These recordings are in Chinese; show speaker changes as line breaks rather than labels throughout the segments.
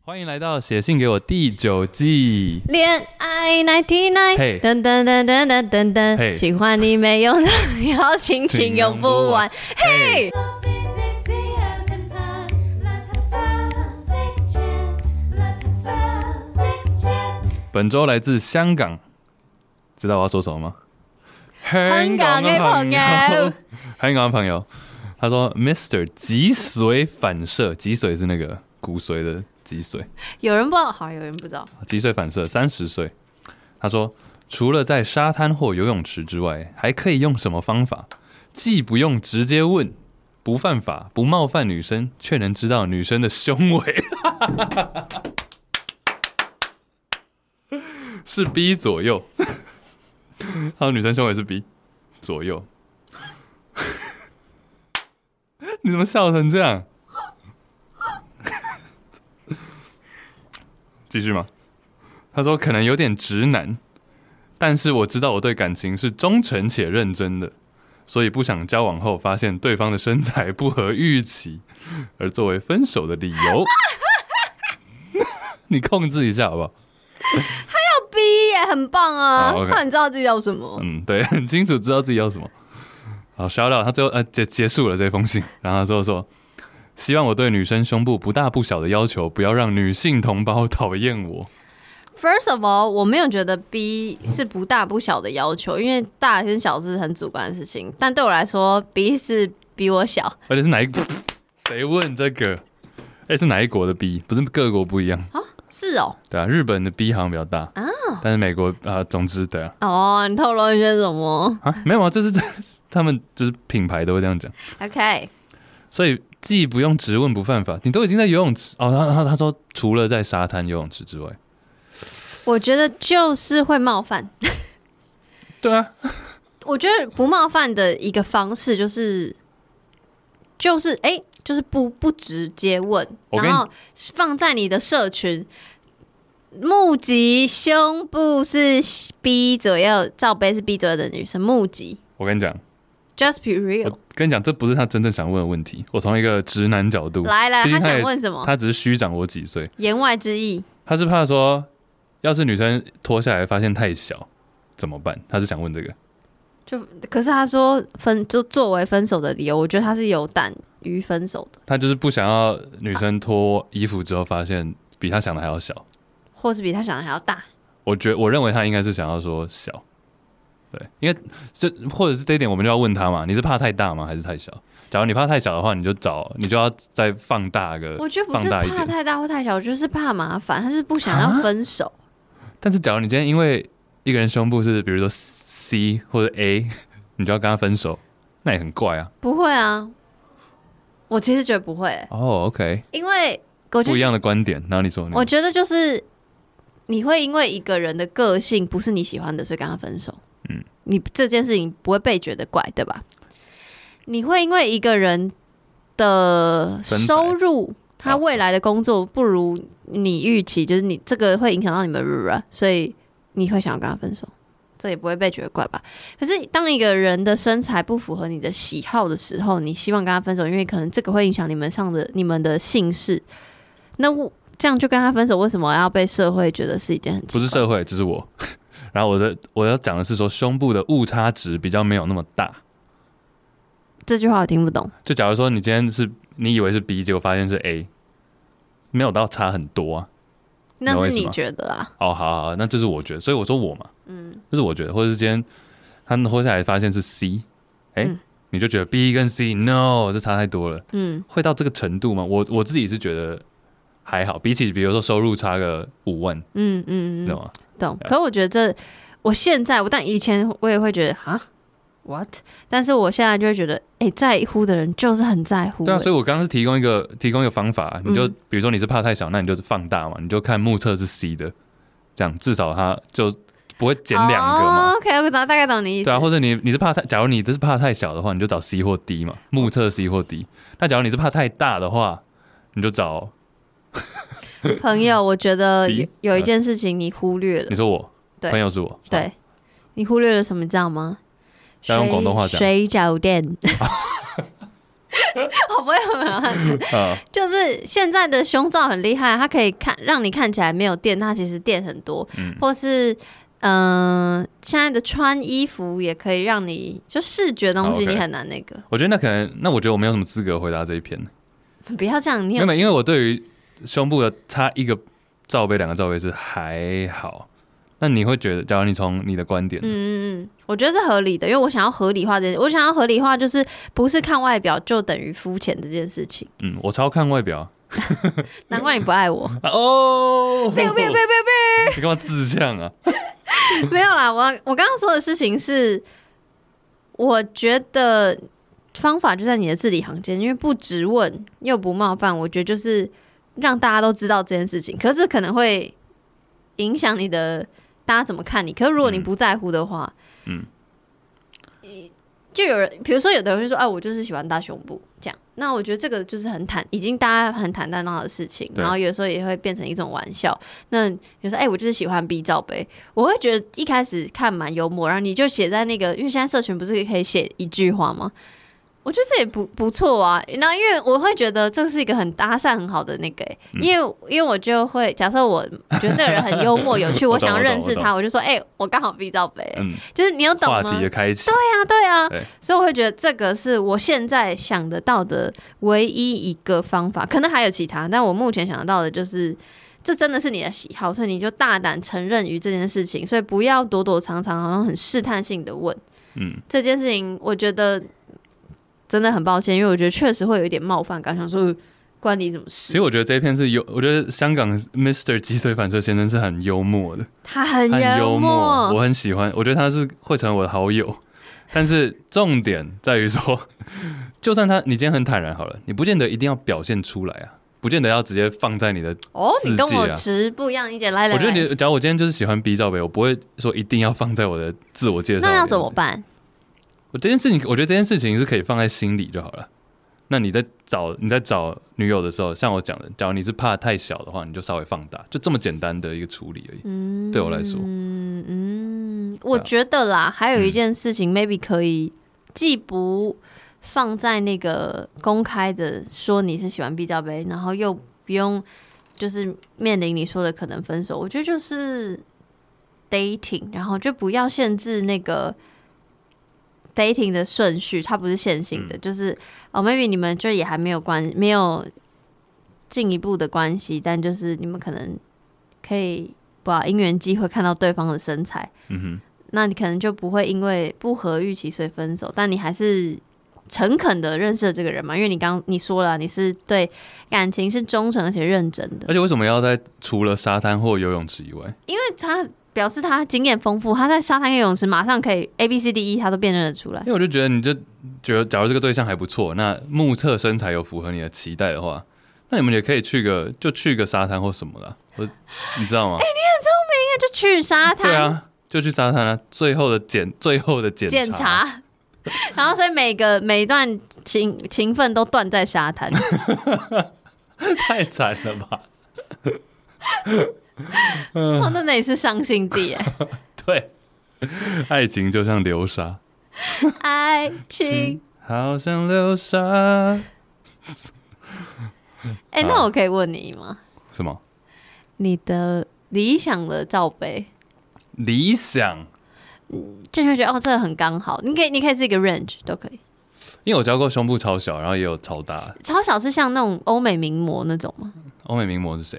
欢迎来到写信给我第九季。
恋爱 ninety nine，
嘿
噔噔噔噔噔噔
嘿
噔，喜欢你没有的邀请，请用不完。嘿，
Love is sexy as in time. Let's have a sex chat. Let's have a sex chat.
本周来自香港，知道我要说什么吗？香
香港嘅朋友
香港的朋友，他说 Mr. 脊髓反射，脊髓是那个骨髓的脊髓，
有人不知道，好，有人不知道。
脊髓反射，三十岁。他说，除了在沙滩或游泳池之外，还可以用什么方法？既不用直接问，不犯法，不冒犯女生，却能知道女生的胸围。 是 B 左右，他说女生胸围是 B 左右。 你怎么笑成这样？ 继续吗？他说可能有点直男，但是我知道我对感情是忠诚且认真的，所以不想交往后发现对方的身材不合预期，而作为分手的理由。 你控制一下好不好？
B 也很棒啊
好，OK，
他很知道自己要什么。
嗯，对，很清楚知道自己要什么。好，shout out，他最后呃结结束了这封信，然后他说说，希望我对女生胸部不大不小的要求，不要让女性同胞讨厌我。
First of all，我没有觉得 B 是不大不小的要求，因为大跟小是很主观的事情。但对我来说，B 是比我小，
而且是哪一国？ 谁问这个？哎、是哪一国的 B？不是各国不一样，
是哦。
对啊，日本的 B 好像比较大，但是美国啊、呃总之对啊，
哦，你透露一些什么
啊，没有啊，这是 他们就是品牌都会这样讲，
？OK，
所以既不用直问不犯法，你都已经在游泳池哦，他他他说除了在沙滩游泳池之外，
我觉得就是会冒犯。
对啊，
我觉得不冒犯的一个方式就是，就是哎、就是不不直接问，
我跟你
然后放在你的社群，募集胸部是 B 左右，罩杯是 B 左右的女生募集
我跟你讲，
，just be real，
我跟你讲，这不是他真正想问的问题，我从一个直男角度，
来来，
毕竟
他
他
想
也
问什么？
他只是虚长我几岁，
言外之意，
他是怕说，要是女生脱下来发现太小怎么办？他是想问这个。
可是他说分就作为分手的理由，我觉得他是有胆于分手的，
他就是不想要女生脱衣服之后发现比他想的还要小。
或是比他想的还要大。
我觉我认为他应该是想要说小，对，因为这或者是这一点我们就要问他嘛，你是怕太大吗，还是太小？假如你怕太小的话，你就找你就要再放大个
我觉得不
呃放
是
大一
怕
点。啊
太大或太小，我就是怕麻烦，他是不想要分手。
但是假如你今天因为一个人胸部是比如说 C 或者 A，你就要跟他分手，那也很怪啊。
不会啊，我其实觉得不会，
哦、o k
因为我觉
不一
得，
样的观点。然后你说你
我觉得就是你会因为一个人的个性不是你喜欢的，所以跟他分手。嗯，你这件事情不会被觉得怪，对吧？你会因为一个人的
身材
收入，他
好
未来的工作不如你预期，就是你这个会影响到你们，所以你会想要跟他分手。这也不会被觉得怪吧？可是当一个人的身材不符合你的喜好的时候，你希望跟他分手，因为可能这个会影响你们上的你们的姓氏。那我这样就跟他分手，为什么要被社会觉得是一件很奇
不
怪
是社会，只是我。 然后我的我要讲的是说，胸部的误差值比较没有那么大。
这句话我听不懂。
就假如说你今天是你以为是 B，结果发现是 A，没有到差很多啊。
那
懂我
是
意思吗
你觉得啊？
哦，好好好，那这是我觉得，所以我说我嘛，嗯，这是我觉得，或者是今天他们脱下来发现是 C，哎、
嗯
你就觉得 B 跟 C，no，这差太多了，
嗯，
会到这个程度吗？我我自己是觉得还好，比起比如说收入差个五万，
嗯嗯
你
嗯
懂，吗？
懂。可我觉得这，我现在我但以前我也会觉得啊，what？但是我现在就会觉得，哎、在乎的人就是很在乎、
对啊，
欸
所以我刚刚是提供一个提供一个方法，啊你就、
嗯
比如说你是怕太小，那你就是放大嘛，你就看目测是 C 的，这样至少它就不会减两个嘛。
哦、OK，我大大概懂你意思。
对啊，或者你你是怕太，假如你这是怕太小的话，你就找 C 或 D
哦
嘛，目测 C 或 D。那假如你是怕太大的话，你就找
朋友，我觉得有
比啊
有一件事情你忽略了
你，说我
对
朋友是我，
对你忽略了什么，你知道吗？
要用广东话讲
水水饺店。哦我不会很好奇
啊，
就是现在的胸罩很厉害，它可以看让你看起来没有垫，它其实垫很多，
嗯
或是嗯、呃现在的穿衣服也可以让你就视觉东
好
西
哦，OK
你很难那个，
我觉得那可能，那我觉得我没有什么资格回答这一篇。
不要这样，
没
你有
有，没有因为我对于胸部的差一个罩杯、两个罩杯是还好。那你会觉得，假如你从你的观点，
嗯嗯嗯，我觉得是合理的，因为我想要合理化这件，我想要合理化就是不是看外表就等于肤浅这件事情，
嗯，我超看外表
难怪你不爱我，
啊哦，
没有没有没有没 有
你干嘛自相啊？
没有啦，我我刚刚说的事情是，我觉得方法就在你的字里行间，因为不直问又不冒犯，我觉得就是让大家都知道这件事情。可是可能会影响你的大家怎么看你。可是如果你不在乎的话，
嗯，
就有人，比如说有的人会说，哎、我就是喜欢大胸部这样。那我觉得这个就是很坦，已经大家很坦荡荡的事情，
对
然后有时候也会变成一种玩笑。那有时候，哎、我就是喜欢 B 罩杯，我会觉得一开始看蛮幽默，然后你就写在那个，因为现在社群不是可以写一句话吗？我觉得这也不不错啊。那因为我会觉得这是一个很搭讪很好的那个、欸
嗯
因为因为我就会假设我觉得这个人很幽 默有趣，
我
我
懂
想要
我懂
认识
我懂
他，我就说，哎、我刚好 B 罩杯、
嗯，
就是你有懂
话
吗
题？的开启，
对啊，对
对
啊，所以我会觉得这个是我现在想得到的唯一一个方法，可能还有其他，但我目前想得到的就是，这真的是你的喜好，所以你就大胆承认于这件事情，所以不要躲躲藏藏，好像很试探性的问
嗯，
这件事情。我觉得真的很抱歉，因为我觉得确实会有一点冒犯感，想说呃关你什么
其
事
实？我觉得这一篇是有，我觉得香港 Mr. 脊髓反射先生是很幽默的，
他很
很
幽
幽默，哎我很啊喜欢，我觉得他是会成为我的好友。但是重点在于说， 就算他你今天很坦然好了，你不见得一定要表现出来啊，不见得要直接放在你的
哦，你跟
自己啊
我持不一样意见，来来
我觉得
来，
你，假如我今天就是喜欢 B 罩杯，我不会说一定要放在我的自我介绍。
那要怎么？办？
我这件事情，我觉得这件事情是可以放在心里就好了。那你在找你在找女友的时候，像我讲的，假如你是怕太小的话，你就稍微放大，就这么简单的一个处理而已。
嗯，
对我来说，
嗯嗯，我
对啊
觉得啦，还有一
嗯
件事情，maybe 可以既不放在那个公开的说你是喜欢 B 罩杯，然后又不用就是面临你说的可能分手。我觉得就是 dating，然后就不要限制那个 dating 的顺序，它不是线性的，就是哦，maybe 你们就也还没有关没有进一步的关系，但就是你们可能可以把因缘机会看到对方的身材，
嗯
那你可能就不会因为不合预期所以分手，但你还是诚恳的认识了这个人嘛，因为你刚你说了你是对感情是忠诚而且认真
哼，
的，
而且为什么要在除了沙滩或游泳池以外？
因为他表示他经验丰富，他在沙滩跟游泳池马上可以 A B C D E 他都辨认得出来
因。为我就觉得，你就觉得，假如这个对象还不错，那目测身材有符合你的期待的话，那你们也可以去个就去个沙滩或什么的啊，我你知道吗？
那就去沙
对
滩
啊，就去沙滩啊。最后的检，最后的检
检
查，
查。 然后，所以每个每一段情情分都断在沙滩，
太惨了吧？嗯
哇，哦那那也是伤心地耶。
对，爱情就像流沙，
爱情，
好像流沙。
哎、
好
那我可以问你吗？
什么
你的理想的罩杯，
理想？
就会觉得哦，这个很刚好。你可以，你可以是一个 range 都可以。
因为我教过胸部超小，然后也有超大的。
超小是像那种欧美名模那种吗？
欧美名模是谁？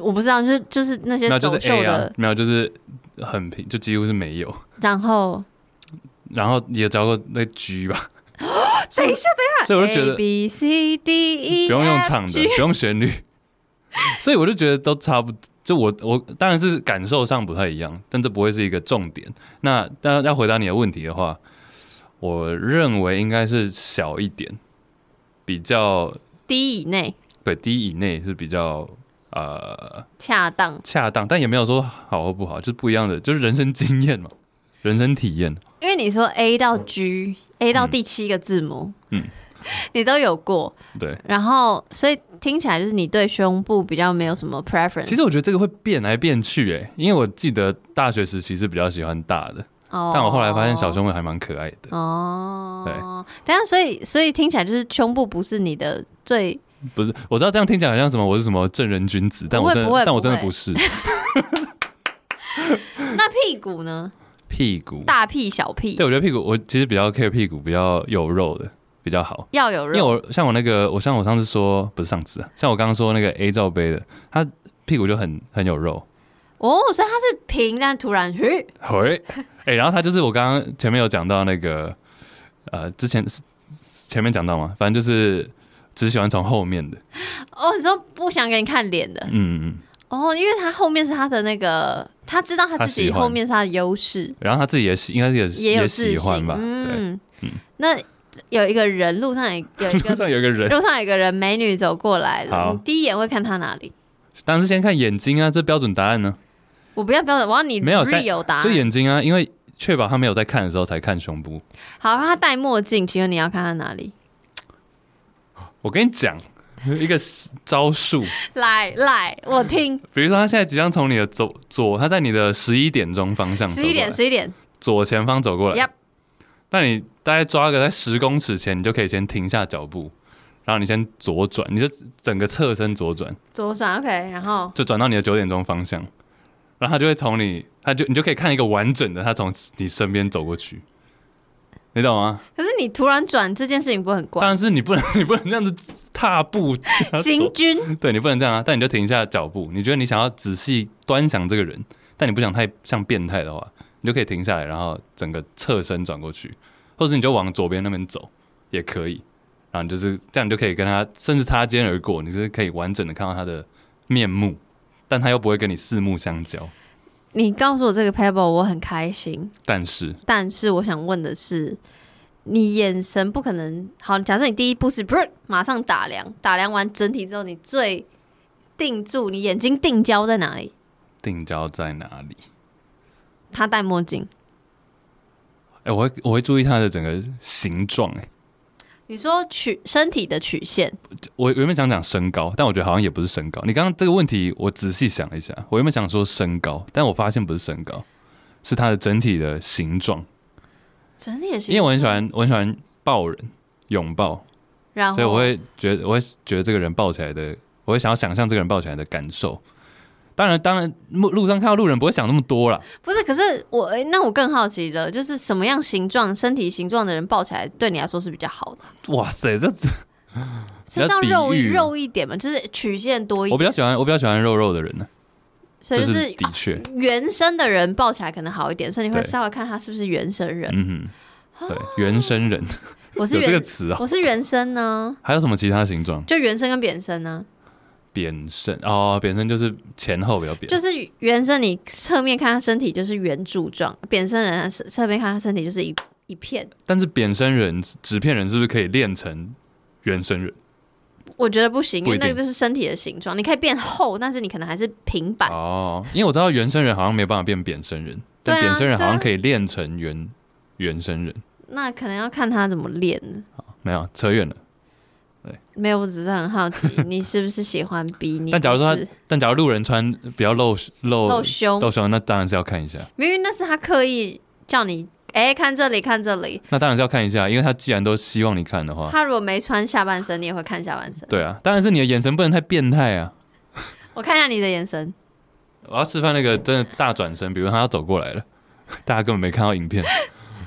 我不知道，就是就是那些
那就
走
是
秀
A
的，
啊，没有，就是很平，就几乎是没有。
然后
然后也教过那 G 吧。
等一下，
所以我就觉
啊 A
得
B C D E，
不用用唱
F
的
G，
不用旋 律，所以我就觉得都差不就我我当然是感受上不太一样，但这不会是一个重点。那但要回答你的问题的话，我认为应该是小一点，比较
D 以内
对低以内是比较呃
恰当。
恰当，但也没有说好或不好，就是不一样的，就是人生经验 嘛，人生体验。
因为你说 A 到 G，A 到第七个字母，
嗯
你都有过，
对，
然后所以听起来就是你对胸部比较没有什么 preference。
其实我觉得这个会变来变去、欸，因为我记得大学时期是比较喜欢大的。
得哦
但我后来发现小胸围还蛮可爱的。
哦，对，等一下，所以所以听起来就是胸部不是你的最，
不是，我知道这样听起来好像什么我是什么正人君子，但
不
我
会
真的
不会
但我真的
不会
不 是
那屁股呢？
屁股。
大屁小屁
对，我觉得屁股我其实比较 care 屁股比较有肉的比较好，
要有
因为
肉，
我像我那个我像我上次说不是上次啊，像我刚刚说那个 A 罩杯的，他屁股就很很有肉。
哦，所以它是平，但突然 嘿，
喂，哎，然后他就是我刚刚前面有讲到那个，呃，之前是前面讲到吗？反正就是只喜欢从后面的，
哦，你说不想给你看脸的，
嗯，嗯嗯。
哦，因为他后面是他的那个，他知道他自
他
己
喜欢
后面是他的优势，
然后他自己也喜，应该是也
也有自
喜欢
信
吧，对。
嗯
嗯，
那有一个人路上有有 一
路
个
上有一个人，
路上有一个人美女走过来了，
好
你第一眼会看他哪里？
当然是先看眼睛啊，这标准答案呢、
我不要标准，我要你
没有现在
real 答
就
案。
眼睛啊，因为确保他没有在看的时候才看胸部。
好，他戴墨镜，请问你要看他哪里？
我跟你讲一个招数，
来 来，我听。
比如说他现在即将从你的左左，他在你的十一点钟方向走过
十
来，
一点，十一点，
左前方走过来。
Yep
那你大概抓个在十公尺前，你就可以先停下脚步，然后你先左转，你就整个侧身左转，
左转，OK，然后
就转到你的九点钟方向，然后他就会从你，他就你就可以看一个完整的他从你身边走过去，你懂吗？
可是你突然转这件事情不会很
当
怪？
然是你不能，你不能这样子踏步，然后走
行军
对你不能这样啊，但你就停下脚步。你觉得你想要仔细端详这个人，但你不想太像变态的话，你就可以停下来，然后整个侧身转过去，或者你就往左边那边走也可以。然后你就是这样，你就可以跟他甚至擦肩而过，你是可以完整的看到他的面目，但他又不会跟你四目相交。
你告诉我这个 pebble，我很开心。
但是
但是我想问的是，你眼神不可能好。假设你第一步是不是马上打量，打量完整体之后，你最定住，你眼睛定焦在哪里？
定焦在哪里？
他戴墨镜，
哎、我会我会注意他的整个形状、哎，
你说曲身体的曲线，
我原本想讲身高，但我觉得好像也不是身高。你刚刚这个问题，我仔细想了一下，我原本想说身高，但我发现不是身高，是它的整体的形状。
整体的形，
因为我很喜，欢，我很喜欢抱人、拥抱，
然后
所以我会觉得，我会觉得这个人抱起来的，我会想要想象这个人抱起来的感受。当然，当然，路路上看到路人不会想那么多啦。
不是，可是我诶那我更好奇了，就是什么样形状、身体形状的人抱起来对你来说是比较好的？
哇塞，这
是要
比较
肉
比
一
喻
肉一点嘛，就是曲线多一
我比
点，
较喜欢，我比较喜欢肉肉的人呢、
所以就
这
是啊
是的确，
原生的人抱起来可能好一点，所以你会
对
稍微看他是不是原生人。
嗯哼，对，原生人
我哦是
有这
原
个词啊、
我是原生呢，
还有什么其他形状？
就原生跟扁生呢，
扁身哦，扁身就是前后比较扁，
就是原生你侧面看他身体就是圆柱状，扁身人是侧面看他身体就是一一片。
但是扁身人、纸片人是不是可以练成原生人？
我觉得不行，因
不
为
一定
那个就是身体的形状，你可以变厚，但是你可能还是平板。
哦，因为我知道原生人好像没有办法变扁身人，
对啊
但扁身人好像
对啊
可以练成原原生人。
那可能要看他怎么练了。
没有扯远了，
没有，我只是很 好奇，你是不是喜欢比你？
但假如说他哦
就是
但假如路人穿比较露露
露胸，
露胸，那当然是要看一下，
明明那是他刻意叫你，哎、看这里，看这里。
那当然是要看一下，因为他既然都希望你看的话，
他如果没穿下半身，你也会看下半身。
对啊，当然是你的眼神不能太变态啊。
我看一下你的眼神，
我要示范那个真的大转身，比如他要走过来了， 大家根本没看到影片，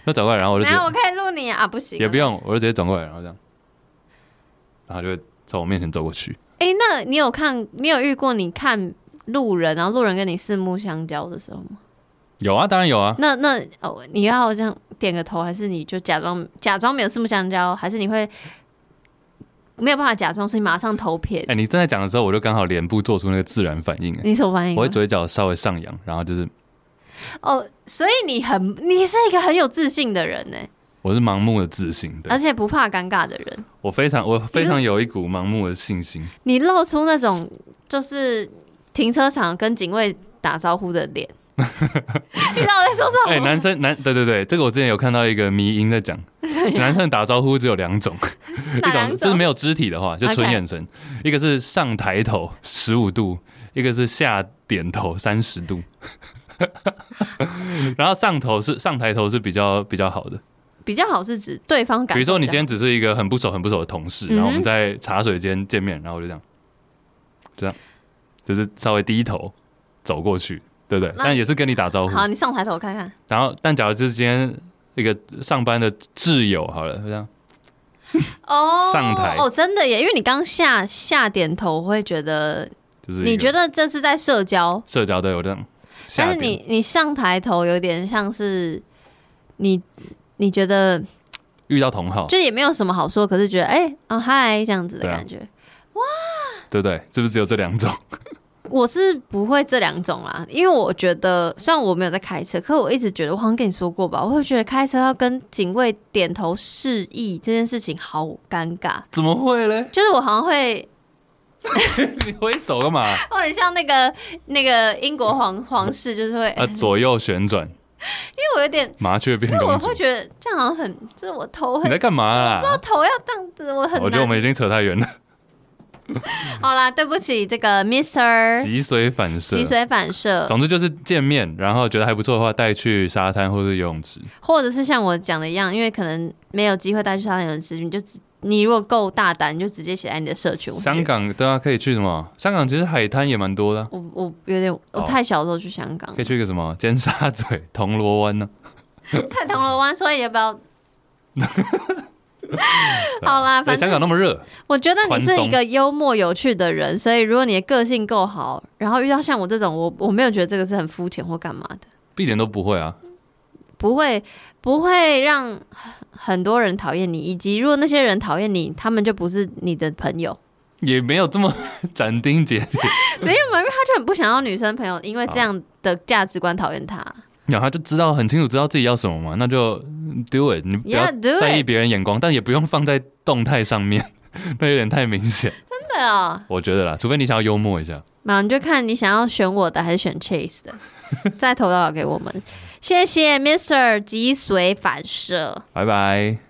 他走过来，然后我就
然
觉得
后我可以录你啊，啊不行，
也不。用，我就直接转过来，然后这样，然后就会从我面前走过去。
哎、那你有看，你有遇过你看路人，然后路人跟你四目相交的时候吗？
有啊，当然有啊，
那那哦，你要这样点个头，还是你就假装假装没有四目相交，还是你会没有办法假装，是你马上头撇
哎、？你正在讲的时候，我就刚好脸部做出那个自然反应、哎
你什么反应
我
啊、
会嘴角稍微上扬，然后就是
哦，所以你很，你是一个很有自信的人呢，欸
我是盲目的自信，对
而且不怕尴尬的人。
我非常我非常有一股盲目的信心。
你露出那种就是停车场跟警卫打招呼的 脸，你知道我在说什么
哎、
吗？
男生男对对对，这个我之前有看到一个迷音在讲，男生打招呼只有两种， 一
哪两
种
种
就是没有肢体的话，就纯
OK
眼神一个是上抬头十五度，一个是下点头三十度。 然后上头是上抬头是比较比较好的，
比较好是指对方感受。
比如说你今天只是一个很不熟很不熟的同事，然后我
嗯哼
们在茶水间见面，然后我就这样，这样，就是稍微低头走过去，对不对？
那
但也是跟你打招呼。
好，你上抬头看看，
然后，但假如就是今天一个上班的挚友好了，就这样，
哦，
上台
哦，真的耶，因为你刚下下点头，我会觉得
就是
你觉
得
得这是在社交，
社交对我这样下
但
点，
是你你上抬头有点像是你你觉得
遇到同好，
就也没有什么好说，可是觉得哎啊嗨这样子的
哦对啊
感觉，
对不对？是不是只有这两种？
我是不会这两种啦，因为我觉得虽然我没有在开车，可我一直觉得我好像跟你说过吧，我会觉得开车要跟警卫点头示意这件事情好尴尬，
怎么会嘞？
就是我好像会
你挥手干嘛？
我很像那个那个英国皇皇室，就是会，
啊，左右旋转，
因为我有点，
麻雀变
因为我
公主
会，觉得这样好像很，就是我头
你在
很。哦
干嘛啊？
头要这样子，我很
我觉得我们
难。
已经扯太远了，
好啦，对不起，这个 Mister
脊髓反射
脊。髓反射，
总之就是见面，然后觉得还不错的话，带去沙滩或者游泳池。
或者是像我讲的一样，因为可能没有机会带去沙滩游泳池，你就直你如果够大胆，你就直接写在你的社群。我觉得
香，港对啊，可以去什么？香港其实海滩也蛮多的啊、
我我有点，我
哦
太小的时候去香港
可以，去一个什么 尖沙咀、铜锣湾呢、
太铜锣湾，所以要不要？ 好啦，
对，啊哎
反
香
正
港那么热，
我觉得你
宽
是一
松
个幽默有趣的人，所以如果你的个性够好，然后遇到像我这种，我我没有觉得这个是很肤浅或干嘛的，
一点都不会啊。
不会不会让很很多人讨厌你，以及如果那些人讨厌你，他们就不是你的朋友，
也没有这么 斩钉截铁，
没有嘛，因为他就很不想要女生朋友，因为这样的价值观讨厌他。
然后他就知道很清楚知道自己要什么嘛，那就 do it，你不要
Yeah, do it
在意别人眼光，但也不用放在动态上面， 那有点太明显，
真的哦，
我觉得啦，除非你想要幽默一下，
那你就看你想要选我的还是选 Chase 的，再投稿给我们，谢谢 Mr. 脊髓反射。
拜拜。